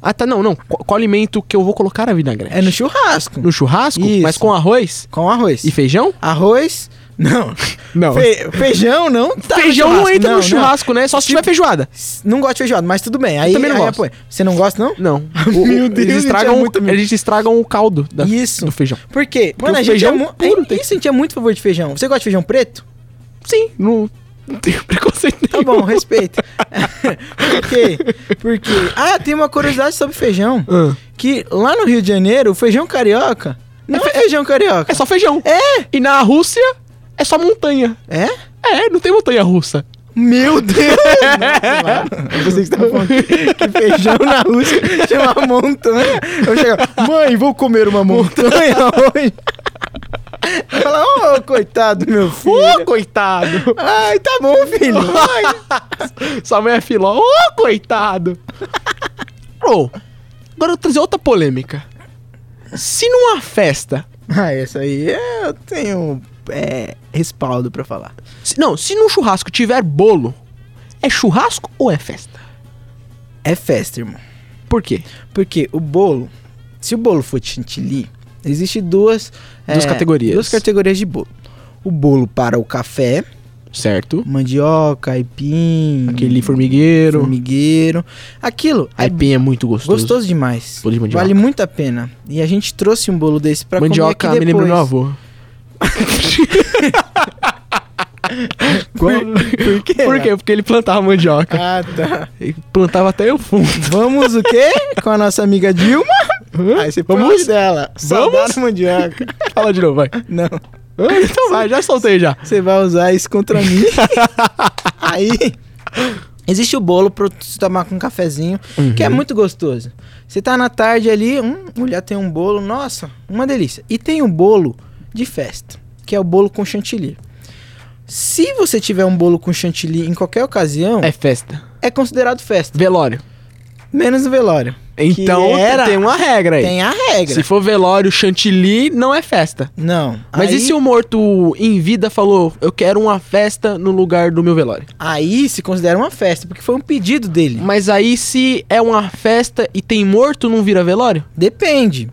A: Ah, tá, não, não. Qual, qual alimento que eu vou colocar a vinagrete?
E: é no churrasco.
A: No churrasco?
E: Isso.
A: Mas com arroz
E: Com arroz.
A: e feijão?
E: Arroz? Não.
A: Não.
E: Fe- feijão não tá no
A: feijão não
E: churrasco.
A: entra no
E: não. Tipo-
A: churrasco, né? Só se tiver feijoada.
E: Não gosto de feijoada, mas tudo bem. Aí,
A: também não
E: aí
A: gosto.
E: apoia. Você não gosta, não?
A: Não. O-
E: Meu
A: o-
E: Deus,
A: eles
E: gente,
A: estragam,
E: é muito amigo.
A: eles estragam o caldo da-
E: Isso.
A: do feijão.
E: Por quê? Mano,
A: o
E: a gente, é
A: feijão
E: mu-
A: puro
E: é,
A: tem que
E: isso, a gente é muito a favor de feijão. Você gosta de feijão preto?
A: Sim, não, não tenho preconceito
E: Tá bom, respeito. Por quê? Porque. Ah, tem uma curiosidade sobre feijão.
A: Ah.
E: Que lá no Rio de Janeiro, o feijão carioca Não é, feijão carioca.
A: É só feijão.
E: É?
A: E na Rússia é só montanha.
E: É?
A: É, não tem montanha russa.
E: Meu Deus! Eu pensei que você tava falando que, que feijão na Rússia chama montanha. Eu chegava, mãe, vou comer uma montanha hoje. Fala, ô, coitado, meu filho.
A: Ô, coitado!
E: Ai, tá bom, filho. Ai.
A: Sua mãe é filó. Ô, coitado! Ô, agora eu vou trazer outra polêmica. Se numa festa.
E: Ah, essa aí é, eu tenho é, respaldo pra falar.
A: se- não, se num churrasco tiver bolo, é churrasco ou é festa?
E: É festa, irmão.
A: Por quê?
E: Porque o bolo, se o bolo for de chantilly, existe duas, é,
A: Duas categorias.
E: Duas categorias de bolo. O bolo para o café,
A: Certo?
E: mandioca, aipim,
A: Aquele formigueiro.
E: formigueiro. Aquilo é
A: Aipim é muito gostoso.
E: gostoso demais.
A: Bolo de mandioca.
E: Vale muito a pena. E a gente trouxe um bolo desse pra
A: Mandioca
E: comer
A: me
E: aqui
A: lembra
E: depois.
A: meu avô.
E: Por quê?
A: Por quê? Porque ele plantava mandioca.
E: Ah, tá.
A: Ele plantava até eu fundo.
E: Vamos o quê? Com a nossa amiga Dilma? Ah, Aí você
A: Vamos?
E: Vamos é dela. Saudar mandioca.
A: Fala de novo, vai.
E: Não.
A: Ah, Então vai, já soltei já.
E: Você vai usar isso contra mim. Aí. Existe o bolo pra você tomar com um cafezinho, que
A: Uhum.
E: é muito gostoso. Você tá na tarde ali, hum, olhar tem um bolo, nossa, uma delícia. E tem o bolo de festa, que é o bolo com chantilly. Se você tiver um bolo com chantilly em qualquer ocasião,
A: É festa.
E: é considerado festa,
A: Velório.
E: menos o velório.
A: Então
E: era-
A: tem uma regra aí.
E: Tem a regra.
A: É. Se for velório, chantilly, não é festa.
E: Não.
A: Mas
E: aí,
A: e se um- o morto em vida falou, eu quero uma festa no lugar do meu velório?
E: aí se considera uma festa, porque foi um pedido dele.
A: Mas aí se é uma festa e tem morto, não vira velório?
E: Depende.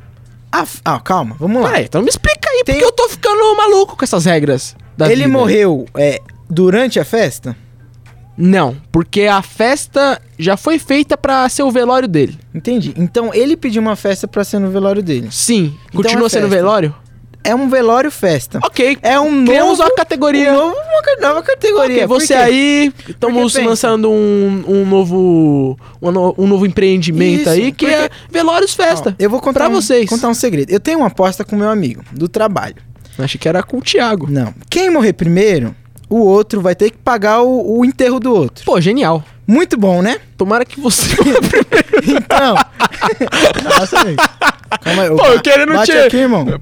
E: A f- Ah, calma, vamos lá.
A: Peraí, então me explica aí,
E: Tem-
A: porque eu tô ficando maluco com essas regras. da
E: Ele
A: vida.
E: morreu é, durante a festa?
A: Não, porque a festa já foi feita pra ser o velório dele.
E: Entendi. Então ele pediu uma festa pra ser no velório dele.
A: Sim.
E: Então
A: Continua
E: é
A: sendo
E: festa.
A: velório?
E: É um velório festa.
A: Ok.
E: É um novo.
A: Criamos uma categoria.
E: um novo- uma ca- nova categoria.
A: Ok,
E: Por
A: você
E: quê?
A: aí, estamos
E: Porque pensa.
A: lançando um, um novo um, no- um novo empreendimento
E: Isso,
A: aí que é Velórios Festa.
E: Ó, eu vou contar
A: pra
E: um,
A: vocês.
E: contar um segredo. Eu tenho uma aposta com meu amigo do trabalho.
A: Achei que era com o Thiago.
E: Não. Quem morrer primeiro, o outro vai ter que pagar o, o enterro do outro.
A: Pô, genial.
E: Muito bom, né?
A: Tomara que você.
E: Então. Nossa, amigo. Calma aí.
A: Pô, eu querendo
E: Bate
A: te-
E: aqui, irmão.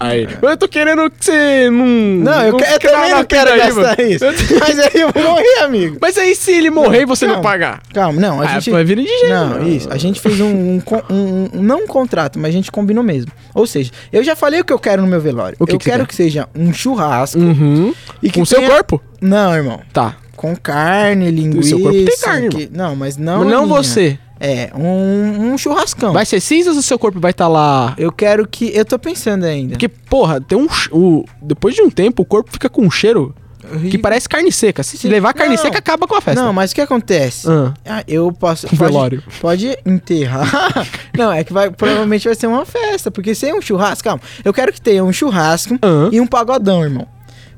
A: aí. Eu tô querendo que você não.
E: Não, eu, que- eu
A: fica
E: também
A: na
E: não quero
A: vida aí,
E: gastar
A: mano.
E: isso. Mas aí eu vou morrer, amigo.
A: Mas aí se ele morrer e você não,
E: não.
A: pagar.
E: Calma, não, a
A: Ah,
E: gente.
A: vai virar de jeito,
E: Não,
A: né?
E: isso. A gente fez um, um con- um- um- Não um contrato, mas a gente combinou mesmo. Ou seja, eu já falei o que eu quero no meu velório.
A: O que
E: eu
A: que você
E: quero
A: quer?
E: que seja um churrasco.
A: Uhum.
E: E que
A: com o seu
E: tenha-
A: corpo?
E: Não, irmão.
A: Tá.
E: Com carne, linguiça.
A: seu corpo tem carne,
E: que- Não, mas não.
A: Mas não
E: minha.
A: você.
E: É, um, um churrascão.
A: Vai ser cinzas ou seu corpo vai estar lá?
E: Eu quero que. Eu tô pensando ainda.
A: Porque, porra, tem um. ch- O, depois de um tempo, o corpo fica com um cheiro que parece carne seca. Se
E: Sim.
A: levar carne
E: Não.
A: seca, acaba com a festa.
E: Não, mas o que acontece?
A: Ah.
E: Ah, eu posso. Pode,
A: velório.
E: Pode enterrar. Não, é que vai, provavelmente vai ser uma festa, porque se é um churrasco, calma. Eu quero que tenha um churrasco
A: Aham.
E: e um pagodão, irmão.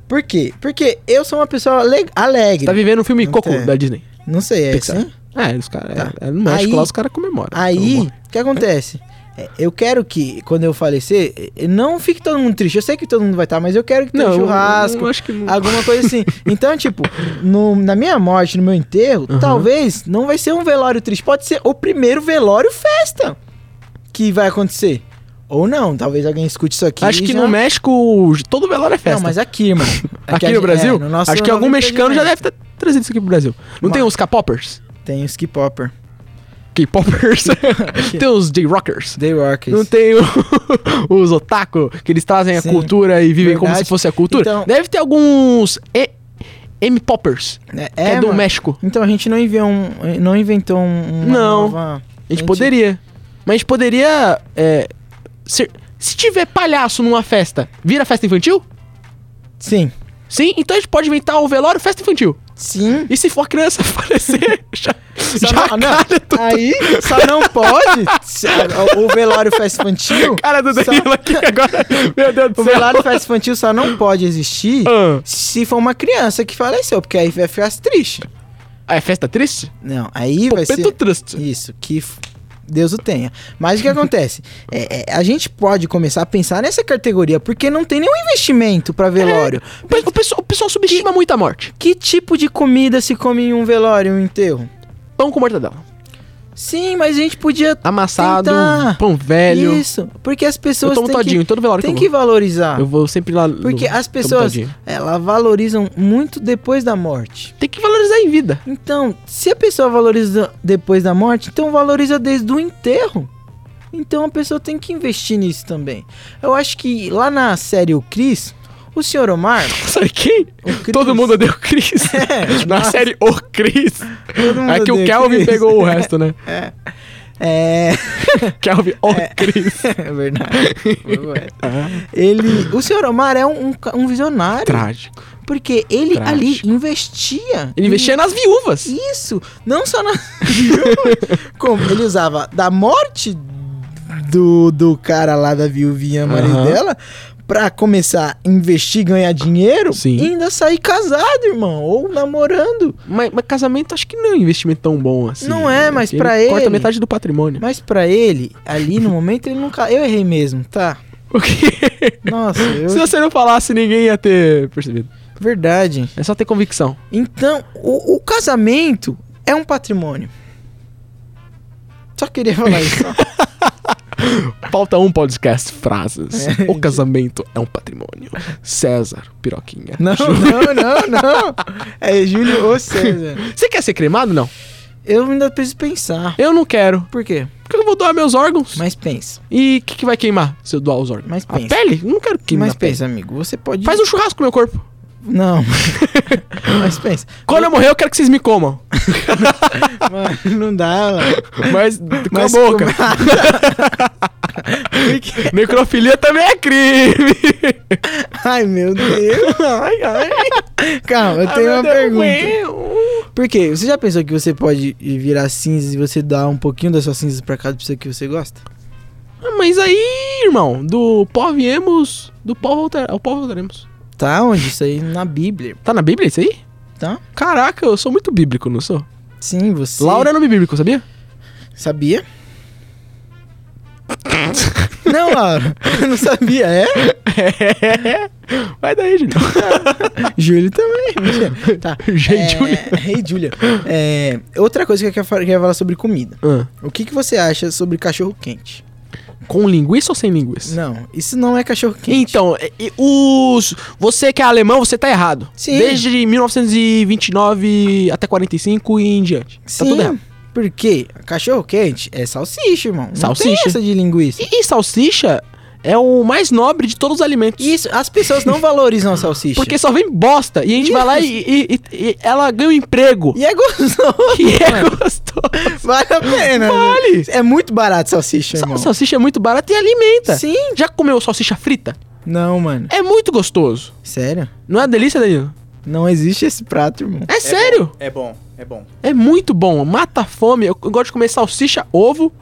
E: Por quê? Porque eu sou uma pessoa ale- alegre.
A: Tá vivendo um filme
E: Não
A: Coco
E: tem.
A: da Disney.
E: Não sei, é
A: Pixar.
E: assim?
A: É, os caras.
E: Tá.
A: É, é, no México
E: Aí-
A: lá os caras comemoram.
E: Aí,
A: Então,
E: o que acontece? É, Eu quero que, quando eu falecer, eh, não fique todo mundo triste. Eu sei que todo mundo vai estar, mas eu quero que tenha
A: Não,
E: um
A: eu-
E: churrasco,
A: eu acho que não.
E: alguma coisa assim. Então, tipo, no- na minha morte, no meu enterro, talvez não vai ser um velório triste. Pode ser o primeiro velório festa que vai acontecer. Ou não, talvez alguém escute isso aqui.
A: acho
E: e
A: que
E: já-
A: no México todo velório é festa.
E: Não, mas aqui, irmão.
A: aqui,
E: a
A: no
E: gente-
A: Brasil,
E: é, no nosso
A: acho que algum
E: novo
A: mexicano já
E: empreendimento.
A: deve ter trazido isso aqui pro Brasil. Não tem os K-Poppers?
E: é- Tem os K-Popper,
A: K-Poppers? tem os J-Rockers?
E: The Rockers.
A: Não tem o- os otaku, que eles trazem
E: Sim,
A: a cultura e vivem como
E: verdade.
A: se fosse a cultura.
E: Então-
A: Deve ter alguns e- M-Poppers,
E: É,
A: que é do
E: mano.
A: México.
E: Então a gente não, enviou um, não inventou um. uma
A: Não.
E: nova-
A: A gente poderia. Mas a gente poderia. é, ser- se tiver palhaço numa festa, vira festa infantil?
E: Sim.
A: Sim, então a gente pode inventar o velório festa infantil.
E: Sim.
A: E se for criança falecer, já,
E: Só
A: já
E: não- Ah, não,
A: calha tudo.
E: Aí só não pode. se- o, o velório festa infantil.
A: Cara do
E: só-
A: Danilo aqui agora. Meu Deus do
E: O
A: céu.
E: velório é festa infantil só não pode existir
A: Ah.
E: se for uma criança que faleceu, porque aí vai ficar triste.
A: Ah, é festa triste?
E: Não, aí vai
A: Popeto
E: ser.
A: triste.
E: Isso, que. f- Deus o tenha. Mas o que acontece? É, é, a gente pode começar a pensar nessa categoria, porque não tem nenhum investimento pra velório.
A: É, O pe- O pessoal, o pessoal subestima muito a morte.
E: Que tipo de comida se come em um velório, em um enterro?
A: Pão com mortadela.
E: Sim, mas a gente podia
A: Amassado,
E: tentar.
A: pão velho.
E: Isso, porque as
A: Eu
E: pessoas
A: tomo
E: têm
A: todinho
E: que,
A: em todo velório
E: têm
A: que
E: que
A: eu
E: valorizar.
A: vou. Eu vou sempre lá. no-
E: Porque as
A: tomo
E: pessoas,
A: todinho.
E: elas valorizam muito depois da morte.
A: Tem que valorizar em vida.
E: Então, se a pessoa valoriza depois da morte, então valoriza desde o enterro. Então a pessoa tem que investir nisso também. Eu acho que lá na série O Cris, o senhor Omar.
A: Sabe quem?
E: O Chris.
A: Todo mundo odeia o Chris.
E: É,
A: Na
E: nossa.
A: série O Chris.
E: Todo mundo
A: É que o
E: odeia
A: Kelvin
E: Chris.
A: pegou o resto, né?
E: É.
A: Kelvin, O Chris. Ah.
E: É verdade. ele, o senhor Omar é um, um ca- um visionário.
A: Trágico.
E: Porque ele
A: Trágico.
E: ali investia.
A: Ele investia nas viúvas.
E: Isso! Não só na. Como? Ele usava da morte do, do cara lá da viuvinha marido
A: Aham.
E: dela pra começar a investir, ganhar dinheiro
A: Sim.
E: e ainda sair casado, irmão. Ou namorando.
A: Mas, mas casamento acho que não é um investimento tão bom assim.
E: Não é, mas
A: Porque
E: pra ele-
A: Corta metade do patrimônio.
E: Mas pra ele, ali no momento, ele nunca. Eu errei mesmo, tá?
A: Porque
E: Nossa, eu.
A: se você não falasse, ninguém ia ter percebido.
E: Verdade.
A: É só ter convicção.
E: Então, o, o casamento é um patrimônio. Só queria falar isso. só.
A: Pauta um podcast
E: É,
A: frases. o casamento é um patrimônio. César, piroquinha.
E: Não, não, não, não. É Júlio ou César.
A: Você quer ser cremado? Não.
E: Eu ainda preciso pensar.
A: Eu não quero.
E: Por quê?
A: Porque eu vou doar meus órgãos.
E: Mas pensa.
A: E o que, que vai queimar se eu doar os órgãos?
E: Mas
A: a
E: pensa.
A: pele? Eu não quero queimar.
E: mas
A: a pele.
E: pensa, amigo. Você pode.
A: Faz um churrasco no meu corpo.
E: Não. mas pensa.
A: Quando eu morrer, eu quero que vocês me comam.
E: Mano, não dá, mano.
A: Mas com a
E: Mas é
A: boca. Necrofilia também é crime.
E: Ai, meu Deus. Ai, ai. Calma, eu
A: Ah,
E: tenho uma pergunta. Por quê? Você já pensou que você pode virar cinzas e você dar um pouquinho das suas cinzas pra cada pessoa que você gosta?
A: Ah, Mas aí, irmão, do pó viemos, do pó, volta, ao pó voltaremos.
E: Tá onde? Isso aí na Bíblia.
A: Tá na Bíblia isso aí?
E: Tá?
A: Caraca, eu sou muito bíblico, não sou?
E: Sim, você.
A: Laura é nome bíblico, sabia?
E: Sabia? não, Laura. Eu não sabia, é?
A: Vai daí, Julião.
E: Então, Júlio também. mentira. Tá.
A: Gente,
E: é...
A: Julião.
E: Hey, Julia. É, Outra coisa que eu quero fa- quero falar sobre comida.
A: Ah,
E: O que, que você acha sobre cachorro quente?
A: com linguiça ou sem linguiça?
E: Não, isso não é cachorro quente.
A: Então, e- e os. Você que é alemão, você tá errado.
E: Sim.
A: Desde 1929 até 45 e em diante. Tá tudo errado.
E: Porque cachorro quente é salsicha, irmão. Não
A: Salsicha.
E: tem essa de linguiça.
A: E, e salsicha é o mais nobre de todos os alimentos.
E: Isso, as pessoas não valorizam a salsicha.
A: Porque só vem bosta. E a gente vai lá e, e- e- e ela ganha um emprego.
E: E é gostoso.
A: Que é gostoso.
E: Vale a pena. né?
A: Vale.
E: É muito barato salsicha, irmão.
A: Salsicha é muito barata e alimenta.
E: Sim.
A: Já comeu salsicha frita?
E: Não, mano.
A: É muito gostoso.
E: Sério?
A: Não é uma delícia, Danilo?
E: Não existe esse prato, irmão.
A: É, sério.
F: É bom, é bom.
A: É muito bom. Mata a fome. Eu, eu gosto de comer salsicha, ovo.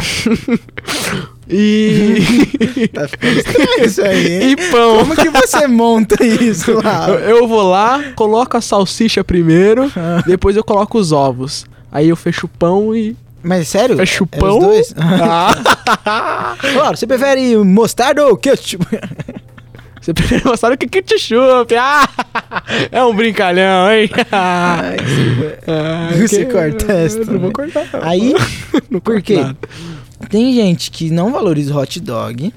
A: e.
E: Tá ficando estranho isso aí, hein?
A: e pão.
E: Como que você monta isso
A: Eu,
E: lá?
A: eu vou lá, coloco a salsicha primeiro,
E: Ah.
A: depois eu coloco os ovos. Aí eu fecho o pão e.
E: Mas sério?
A: Fecho o
E: É os
A: pão.
E: dois?
A: Ah.
E: Claro, você prefere mostarda ou ketchup?
A: Você prefere mostrar o que que te chupa? Ah, é um brincalhão, hein?
E: Ai, que-
A: Ah,
E: Você
A: que-
E: corta
A: Eu
E: essa
A: Não
E: também.
A: vou cortar. não.
E: Aí, por
A: corto
E: quê?
A: nada.
E: Tem gente que não valoriza o hot dog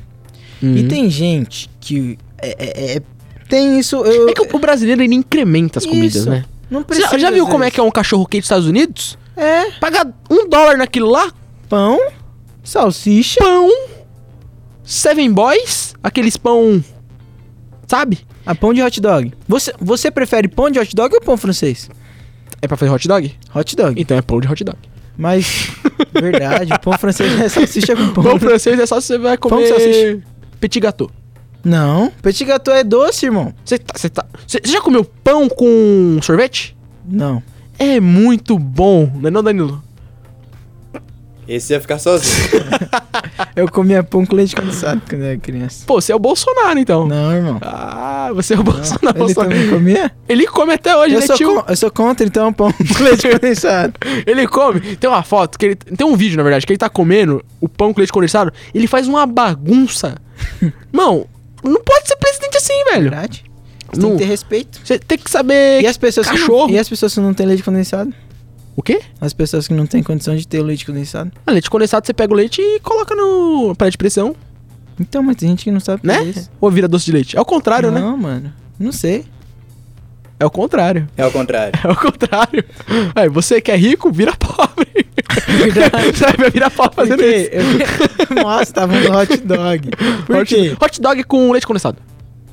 E: e
A: Uhum.
E: tem gente que é, é- é- tem isso. Eu
A: É que o- o brasileiro ele incrementa as comidas,
E: Isso.
A: né?
E: não
A: Você
E: preciso.
A: já, já viu como é que é um cachorro quente dos Estados Unidos?
E: É
A: Pagar um dólar naquilo lá,
E: pão, salsicha.
A: pão, Seven Boys, aqueles pão. Sabe?
E: Ah, pão de hot dog. Você, você prefere pão de hot dog ou pão francês?
A: É pra fazer hot dog?
E: Hot dog.
A: Então é pão de hot dog.
E: Mas, verdade, pão francês é salsicha com pão.
A: Pão francês é só se você vai
E: Pão com
A: comer.
E: salsicha.
A: Petit gâteau.
E: Não, petit gâteau é doce, irmão.
A: Você tá, você tá. Você você já comeu pão com sorvete?
E: Não.
A: né, É muito bom, não é não, Danilo?
F: Esse ia ficar sozinho.
E: Eu comia pão com leite condensado quando era criança.
A: Pô, você é o Bolsonaro, então.
E: Não, irmão.
A: Ah, você é o Bolsonaro. Ele,
E: Ele também comia?
A: ele come até hoje,
E: Eu
A: né,
E: sou,
A: tio?
E: con- eu sou contra, então, pão com leite condensado.
A: Ele come. Tem uma foto que ele. Tem um vídeo, na verdade, que ele tá comendo o pão com leite condensado. Ele faz uma bagunça. Mão, não pode ser presidente assim, velho.
E: Verdade? Você tem
A: Não.
E: que ter respeito.
A: Você tem que saber.
E: E as pessoas
A: Cachorro.
E: Que não, e as pessoas que não têm leite condensado?
A: O quê?
E: As pessoas que não têm condição de ter o leite condensado?
A: Ah, leite condensado, você pega o leite e coloca no aparelho de pressão,
E: Então, mas tem gente que não sabe
A: né?
E: fazer isso.
A: Ou vira doce de leite. É o contrário, né?
E: não, mano. Não sei.
A: É o contrário.
F: É o contrário.
A: É o contrário. Aí, você que é rico, vira pobre. você vai virar pobre
E: Por
A: fazendo
E: quê?
A: isso.
E: Eu... Nossa, tava no hot dog. Por
A: hot,
E: quê?
A: hot dog com leite condensado.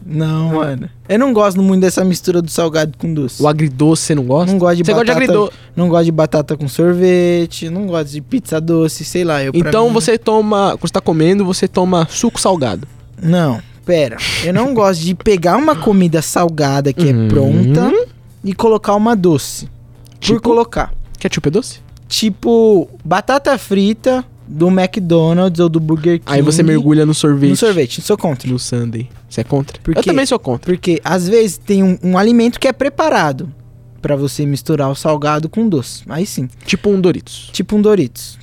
E: Não, mano. Eu não gosto muito dessa mistura do salgado com doce.
A: O agridoce você não gosta?
E: Não gosto de
A: você
E: batata.
A: gosta de agridoce.
E: Não gosto de batata com sorvete. Não gosto de pizza doce, sei lá. Eu, pra
A: Então
E: mim-
A: você toma. Quando você tá comendo, você toma suco salgado.
E: Não, pera. Eu não gosto de pegar uma comida salgada que
A: Uhum.
E: é pronta e colocar uma doce.
A: Tipo?
E: Por colocar.
A: Ketchup é doce?
E: Tipo, batata frita do McDonald's ou do Burger King.
A: Aí você mergulha no sorvete.
E: no sorvete. Sou contra.
A: No sundae. Você é contra?
E: Por
A: Eu
E: quê?
A: também sou contra.
E: Porque às vezes tem um, um alimento que é preparado pra você misturar o salgado com o doce. Aí sim.
A: Tipo um Doritos.
E: Tipo um Doritos.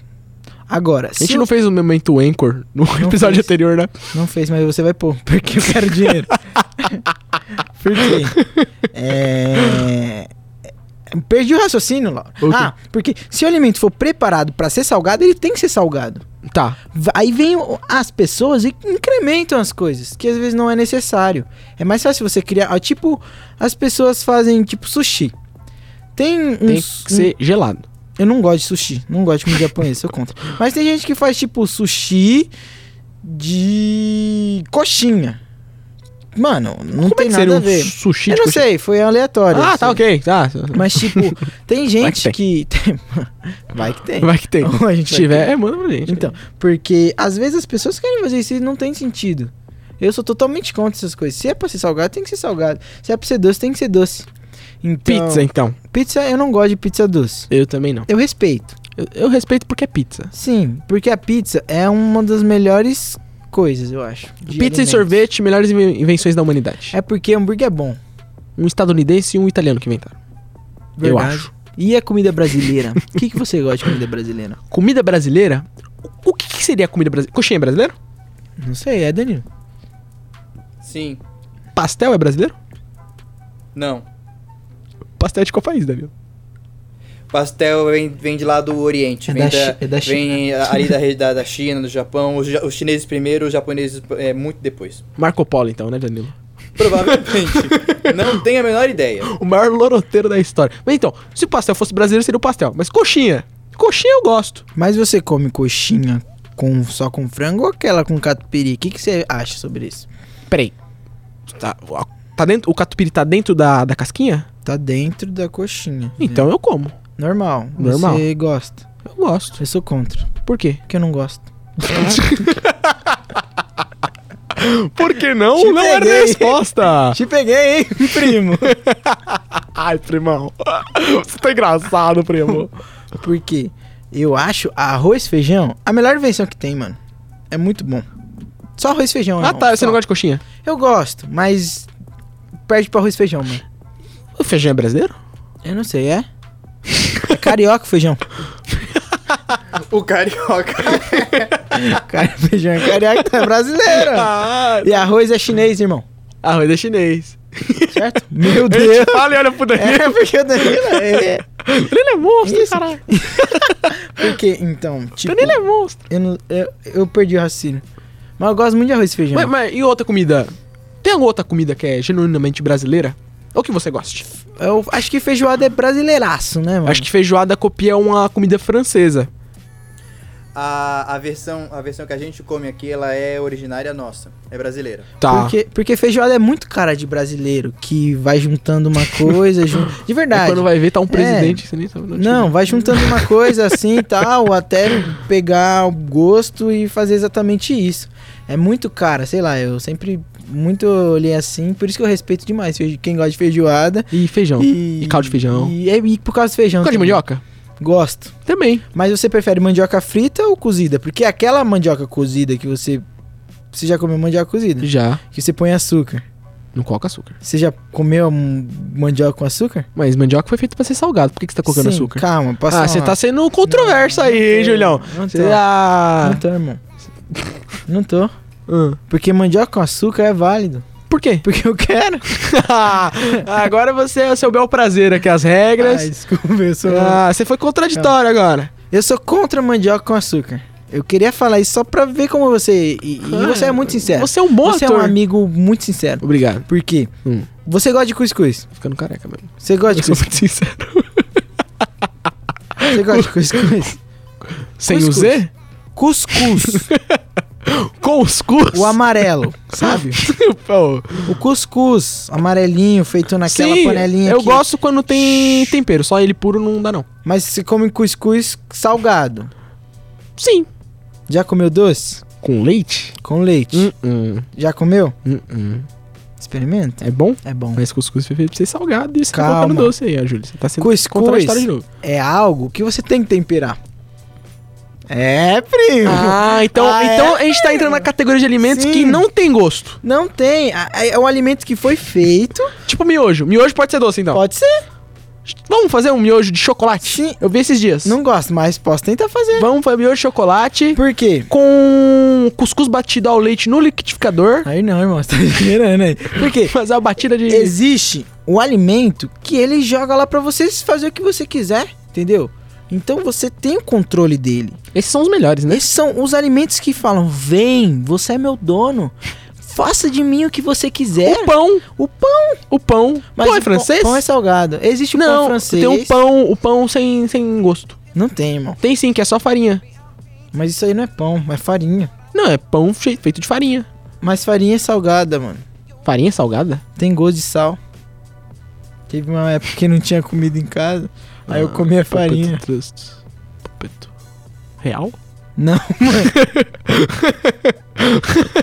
E: Agora,
A: A
E: se
A: gente
E: o-
A: não fez o momento Anchor no episódio
E: fez.
A: anterior, né?
E: Não fez, mas você vai pôr, porque eu quero dinheiro. Por quê? É... Perdi o raciocínio, Laura.
A: O quê?
E: Ah, porque se o alimento for preparado pra ser salgado, ele tem que ser salgado.
A: Tá.
E: Va- Aí vem o- as pessoas e incrementam as coisas, que às vezes não é necessário. É mais fácil você criar. ah, Tipo, as pessoas fazem tipo sushi. Tem uns.
A: Tem que ser gelado.
E: Eu não gosto de sushi. Não gosto de comida japonesa, eu contra. Mas tem gente que faz, tipo, sushi de coxinha. Mano, não
A: Como é
E: tem
A: que
E: nada
A: seria
E: a
A: um
E: ver.
A: sushi
E: eu
A: de
E: não
A: coxinha?
E: sei, foi aleatório.
A: Ah,
E: assim.
A: tá ok. Tá.
E: Mas, tipo, tem gente
A: Vai
E: que... tem- Vai que tem.
A: Vai que tem.
E: Ou a gente
A: Se
E: vai
A: tiver, é, manda pra gente.
E: Então, porque às vezes as pessoas querem fazer isso e não tem sentido. Eu sou totalmente contra essas coisas. Se é pra ser salgado, tem que ser salgado. Se é pra ser doce, tem que ser doce. Então,
A: Pizza, então.
E: Pizza, eu não gosto de pizza doce.
A: Eu também não.
E: Eu respeito.
A: Eu, eu respeito porque é pizza.
E: Sim, porque a pizza é uma das melhores coisas, eu acho.
A: pizza
E: de
A: e
E: alimentos.
A: sorvete, melhores inven- invenções da humanidade.
E: É porque hambúrguer é bom.
A: Um estadunidense e um italiano que inventaram. Eu
E: verdade.
A: acho.
E: E a comida brasileira? O que, que você gosta de comida brasileira?
A: Comida brasileira? O que, que seria comida brasileira? Coxinha é brasileira?
E: Não sei, é Danilo.
F: Sim.
A: Pastel é brasileiro?
F: Não.
A: Pastel é de qual país, Davi?
F: Pastel vem, vem de lá do Oriente.
E: É
F: Vem,
E: da
F: da,
E: Chi- é da
F: vem ali da, re- da, da China, do Japão. Os, ja- os chineses primeiro, os japoneses é, muito depois.
A: Marco Polo, então, né, Danilo?
F: Provavelmente. não tenho a menor ideia.
A: O maior loroteiro da história. Mas então, se o pastel fosse brasileiro, seria o pastel. Mas coxinha. Coxinha eu gosto.
E: Mas você come coxinha com, só com frango ou aquela com catupiry? O que, que você acha sobre isso?
A: Peraí. Tá, tá dentro, o catupiry tá dentro da, da casquinha?
E: Tá dentro da coxinha. né?
A: Então eu como.
E: Normal.
A: Normal.
E: Você gosta.
A: Eu gosto.
E: Eu sou contra.
A: Por quê?
E: Porque eu não gosto.
A: Por que não? é
E: Não era a
A: resposta.
E: Te peguei, hein, primo?
A: Ai, primão. Você tá engraçado, primo.
E: Porque eu acho arroz e feijão a melhor invenção que tem, mano. É muito bom. Só arroz e feijão.
A: Ah,
E: irmão,
A: tá. Você
E: só.
A: não gosta de coxinha?
E: Eu gosto, mas perde pra arroz e feijão, mano.
A: O feijão é brasileiro?
E: Eu não sei, é? É carioca o feijão.
F: O carioca.
E: Cara, feijão é carioca, é brasileiro.
A: Ah,
E: E arroz é chinês, irmão.
A: arroz é chinês.
E: Certo? Meu
A: Ele
E: Deus.
A: fala e olha pro Danilo.
E: É, porque o Danilo é...
A: Danilo é monstro,
E: Isso.
A: caralho.
E: Porque, então, tipo...
A: Danilo é monstro.
E: Eu, não- eu, eu perdi o raciocínio. Mas eu gosto muito de arroz e feijão.
A: Mas, mas e outra comida? Tem alguma outra comida que é genuinamente brasileira? Ou que você goste?
E: Eu acho que feijoada é brasileiraço, né, mano?
A: Acho que feijoada copia uma comida francesa.
F: A, a, versão, a versão que a gente come aqui, ela é originária nossa. É brasileira.
A: Tá.
E: Porque, porque feijoada é muito cara de brasileiro, que vai juntando uma coisa... jun- De
A: Aí
E: verdade.
A: quando vai ver, tá um
E: É.
A: presidente. Você nem sabe de onde
E: Não,
A: que
E: vai juntando uma coisa assim e tal, até pegar o gosto e fazer exatamente isso. É muito cara, sei lá, eu sempre muito olhei assim, por isso que eu respeito demais feijo- quem gosta de feijoada.
A: vem. E feijão.
E: E,
A: E caldo de feijão.
E: E, é- e por causa do feijão.
A: Caldo de
E: também.
A: mandioca?
E: Gosto.
A: Também.
E: Mas você prefere mandioca frita ou cozida? Porque aquela mandioca cozida que você. Você já comeu mandioca cozida?
A: Já.
E: Que você põe açúcar.
A: Não coloca açúcar.
E: Você já comeu um mandioca com açúcar?
A: Mas mandioca foi feita pra ser salgado. Por que, que você tá colocando
E: Sim,
A: açúcar?
E: Calma, passa
A: ah, você tá sendo controverso aí, hein, Julião.
E: Não Então. tô.
A: Você- ah.
E: Não tô, irmão. Não tô.
A: Ah.
E: Porque mandioca com açúcar é válido.
A: Por quê? Ah,
E: Porque eu quero.
A: agora você é o seu bel prazer aqui, as regras.
E: Ai, desculpa, eu sou.
A: É Ah, você foi contraditório agora.
E: Eu sou contra mandioca com açúcar. Eu queria falar isso só pra ver como você. E, e você é muito sincero.
A: Você é um bom
E: Você é
A: ator.
E: um amigo muito sincero.
A: Obrigado.
E: Por quê?
A: Hum.
E: Você gosta de cuscuz.
A: Tô ficando careca mesmo.
E: Você gosta de
A: Eu sou
E: cuscuz.
A: muito sincero.
E: Você gosta de cuscuz.
A: Sem o
E: Cuscuz.
A: Z?
E: Cuscuz.
A: Com os cus?
E: o amarelo, sabe?
A: Pô,
E: O cuscuz amarelinho feito naquela
A: Sim,
E: panelinha
A: eu
E: que-
A: gosto quando tem tempero. Só ele puro não dá, não.
E: Mas você come cuscuz salgado.
A: Sim.
E: Já comeu doce?
A: Com leite?
E: Com leite.
A: Hum,
E: Já comeu?
A: hum, hum, hum.
E: Experimenta.
A: É bom?
E: É bom.
A: Mas cuscuz foi feito pra ser salgado e você tá
E: Calma.
A: colocando doce aí, ó, Júlio. Você tá sendo
E: Cuscuz.
A: contraditório de novo.
E: É algo que você tem que temperar. É, primo.
A: Ah, então,
E: Ah, é?
A: então a gente tá entrando na categoria de alimentos
E: Sim.
A: que não tem gosto.
E: Não tem. Ah, É um alimento que foi feito.
A: Tipo miojo. Miojo pode ser doce, então.
E: Pode ser.
A: Vamos fazer um miojo de chocolate?
E: Sim.
A: Eu vi esses dias.
E: Não gosto, mas posso tentar fazer.
A: Vamos fazer miojo de chocolate
E: Por quê?
A: com cuscuz batido ao leite no liquidificador.
E: Aí não, irmão. Você tá esperando aí. Por quê?
A: Fazer uma batida de...
E: Existe o alimento que ele joga lá pra você fazer o que você quiser, entendeu? Então você tem o controle dele.
A: Esses são os melhores, né?
E: Esses são os alimentos que falam: vem, você é meu dono. Faça de mim o que você quiser.
A: é. O pão.
E: O pão.
A: O pão.
E: Mas
A: pão é
E: o
A: francês?
E: Pão é salgado. Existe o
A: não,
E: pão francês.
A: tem um pão, o pão sem, sem gosto.
E: Não tem, irmão.
A: Tem sim, que é só farinha.
E: Mas isso aí não é pão, é farinha.
A: Não, é pão che- feito de farinha.
E: Mas farinha é salgada, mano.
A: Farinha salgada?
E: Tem gosto de sal. Teve uma época que não tinha comida em casa.
A: Ah,
E: Aí eu comia farinha.
A: Puppet Trust. Puppet. Real?
E: Não, mano.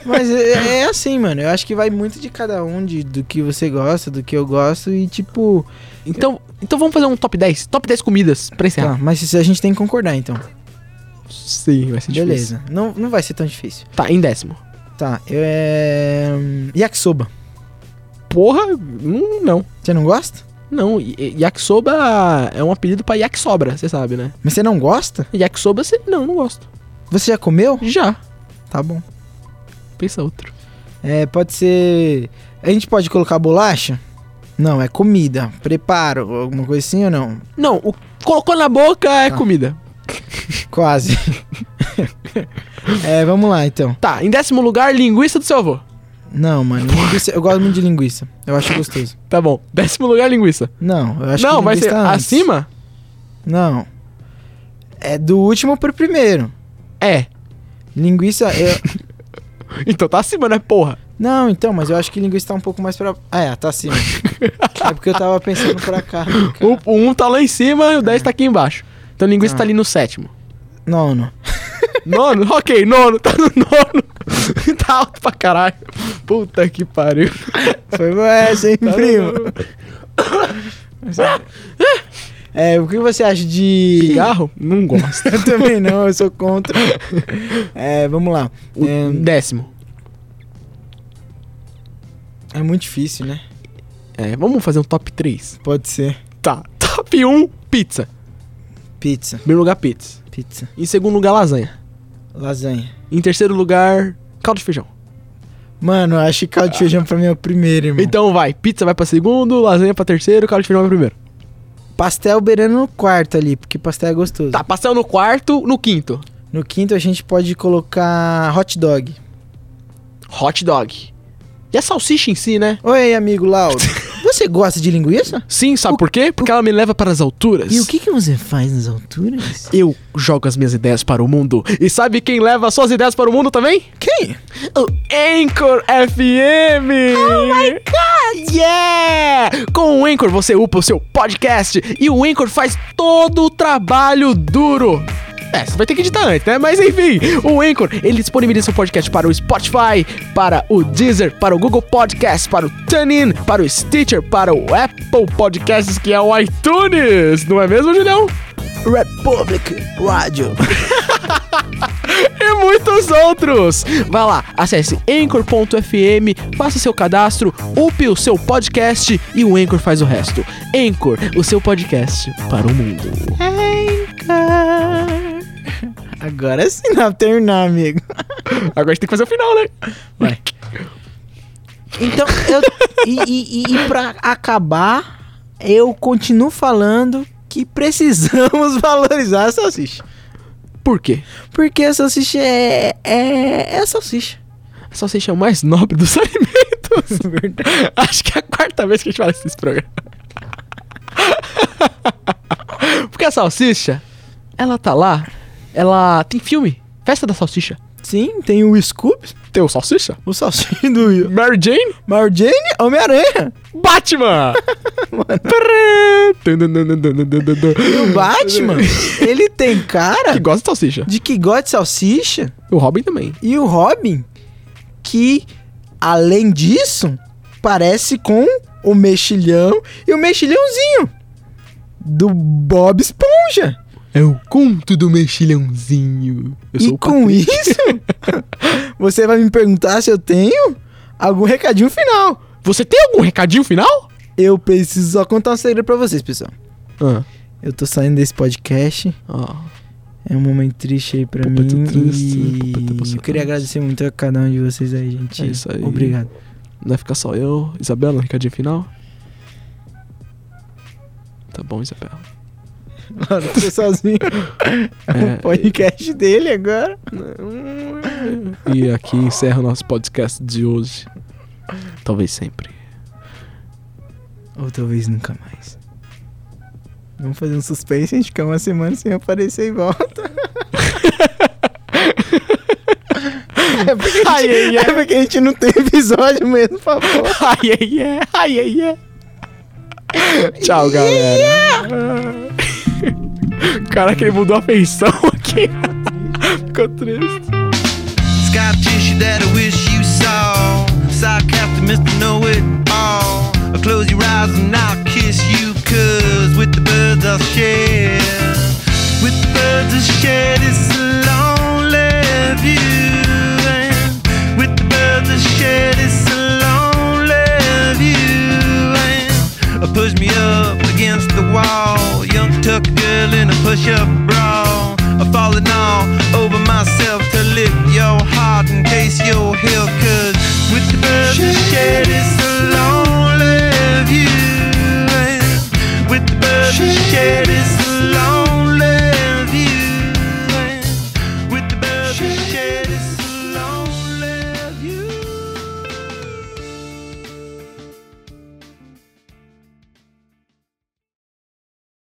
E: Mas é, é assim, mano. Eu acho que vai muito de cada um, de, do que você gosta, do que eu gosto. E tipo.
A: Então, então vamos fazer um top 10. Top 10 comidas pra
E: Tá,
A: encerrar.
E: mas isso a gente tem que concordar, então.
A: Sim, vai ser Tá difícil.
E: Beleza. Não, não vai ser tão difícil.
A: Tá, em décimo.
E: Tá, eu é. hum, Yakisoba.
A: Porra, não. Não,
E: Você não gosta?
A: não. e- e- yakisoba é um apelido pra yakisobra, você sabe, né?
E: Mas você não gosta?
A: Yakisoba, você... não, não gosto.
E: Você já comeu?
A: Já.
E: Tá bom.
A: Pensa outro.
E: É, pode ser. A gente pode colocar bolacha? Não, é comida. Preparo, alguma coisa assim ou não?
A: Não, o colocou na boca é
E: Tá.
A: comida.
E: Quase. é, vamos lá então.
A: Tá, em décimo lugar, linguiça do seu avô.
E: Não, mano, linguiça- eu gosto muito de linguiça. Eu acho gostoso.
A: Tá bom. Décimo lugar, linguiça.
E: Não, eu acho
A: não,
E: que
A: vai
E: linguiça tá
A: ser
E: antes.
A: acima?
E: Não. É do último pro primeiro.
A: É.
E: Linguiça, eu.
A: Então tá acima, né, porra?
E: Não, então, mas eu acho que linguiça tá um pouco mais pra. Ah, é, tá acima. é porque eu tava pensando pra cá.
A: O, o 1 tá lá em cima e o
E: É.
A: 10 tá aqui embaixo. Então
E: Ah.
A: linguiça tá ali no sétimo.
E: Não, não.
A: Nono? ok, nono. Tá no nono. tá alto pra caralho. Puta que pariu.
E: Foi boa essa,
A: Tá
E: hein, primo? É, o que você acha de.
A: Cigarro? Não gosto.
E: Eu também não, eu sou contra. É, vamos lá.
A: O
E: É,
A: décimo.
E: é muito difícil, né?
A: É, vamos fazer um top 3.
E: Pode ser.
A: Tá. Top 1, pizza.
E: Pizza,
A: Primeiro lugar, pizza.
E: pizza,
A: Em segundo lugar, lasanha.
E: lasanha.
A: Em terceiro lugar, caldo de feijão.
E: Mano, eu acho que caldo de feijão pra mim é o primeiro, irmão.
A: Então vai, pizza vai pra segundo, lasanha pra terceiro, caldo de feijão vai pra primeiro.
E: pastel beirando no quarto ali, porque pastel é gostoso.
A: Tá, pastel no quarto, no quinto.
E: No quinto a gente pode colocar hot dog.
A: Hot dog. E a salsicha em si, né?
E: Oi, amigo Lauro. você gosta de linguiça?
A: Sim, sabe por quê? Porque ela me leva para as alturas.
E: E o que, que você faz nas alturas?
A: Eu jogo as minhas ideias para o mundo. E sabe quem leva suas ideias para o mundo também?
E: Quem?
A: O Anchor FM! Oh my god! Yeah! Com o Anchor você upa o seu podcast e o Anchor faz todo o trabalho duro. É, você vai ter que editar antes, né? Mas enfim, o Anchor, ele disponibiliza seu podcast para o Spotify, para o Deezer, para o Google Podcast, para o TuneIn, para o Stitcher, para o Apple Podcasts, que é o iTunes, não é mesmo, Julião?
E: Republic Radio.
A: e muitos outros. Vai lá, acesse anchor.fm, faça seu cadastro, upe o seu podcast e o Anchor faz o resto. Anchor, o seu podcast para o mundo.
H: Agora sim dá pra terminar, amigo.
A: Agora a gente tem que fazer o final, né? Vai.
E: Então, eu. e, e, e- e pra acabar, eu continuo falando que precisamos valorizar a salsicha.
A: Por quê?
E: Porque a salsicha é. é, é salsicha.
A: A salsicha é o mais nobre dos alimentos. Acho que é a quarta vez que a gente fala isso nesse programa. Porque a salsicha, ela tá lá, ela tem filme, festa da salsicha.
E: Sim, tem o Scoop,
A: Tem o salsicha?
E: o salsicha do
A: Mary Jane?
E: Mary Jane, Homem-Aranha.
A: Batman!
E: O Batman, ele tem
A: que
E: cara
A: gosta de salsicha.
E: de que gosta de salsicha.
A: O Robin também.
E: E o Robin, que além disso, parece com o mexilhão e o mexilhãozinho do Bob Esponja.
A: É o conto do mexilhãozinho. Eu
E: E com isso, você vai me perguntar se eu tenho algum recadinho final.
A: Você tem algum recadinho final?
E: Eu preciso só contar um segredo pra vocês, pessoal.
A: Ah.
E: Eu tô saindo desse podcast. É um momento triste aí pra
A: Pô,
E: mim.
A: eu tô triste, né? pô, eu tô
E: e eu
A: passando
E: queria
A: mal.
E: agradecer muito a cada um de vocês aí, gente.
A: É isso aí.
E: Obrigado.
A: Não vai ficar só eu, Isabela, recadinho final? Tá bom, Isabela.
E: Mano, eu tô sozinho. um
A: É,
E: podcast dele agora.
A: e aqui encerra o nosso podcast de hoje. Talvez sempre.
E: Ou talvez nunca mais. Vamos fazer um suspense, a gente fica uma semana sem aparecer e volta. é, porque a gente, é porque a gente não tem episódio mesmo, por favor.
A: Ai, ai, ai, ai, ai, ai. Tchau, galera. Caraca, ele mudou a feição aqui. Ficou triste.
I: Sky tissue that I wish you saw. Sarcastic Mr. Know It All. I'll close your eyes and I'll kiss you, cause with the birds I'll share. With the birds I'll share this lonely view. And with the birds I'll share this lonely view. And push me up against the wall. Young tuck girl in a push up bra. I'm falling all over myself to lift your heart in case you're here. Cause with the birds I shed, it's a lonely view. And With the birds I shed, it's a lonely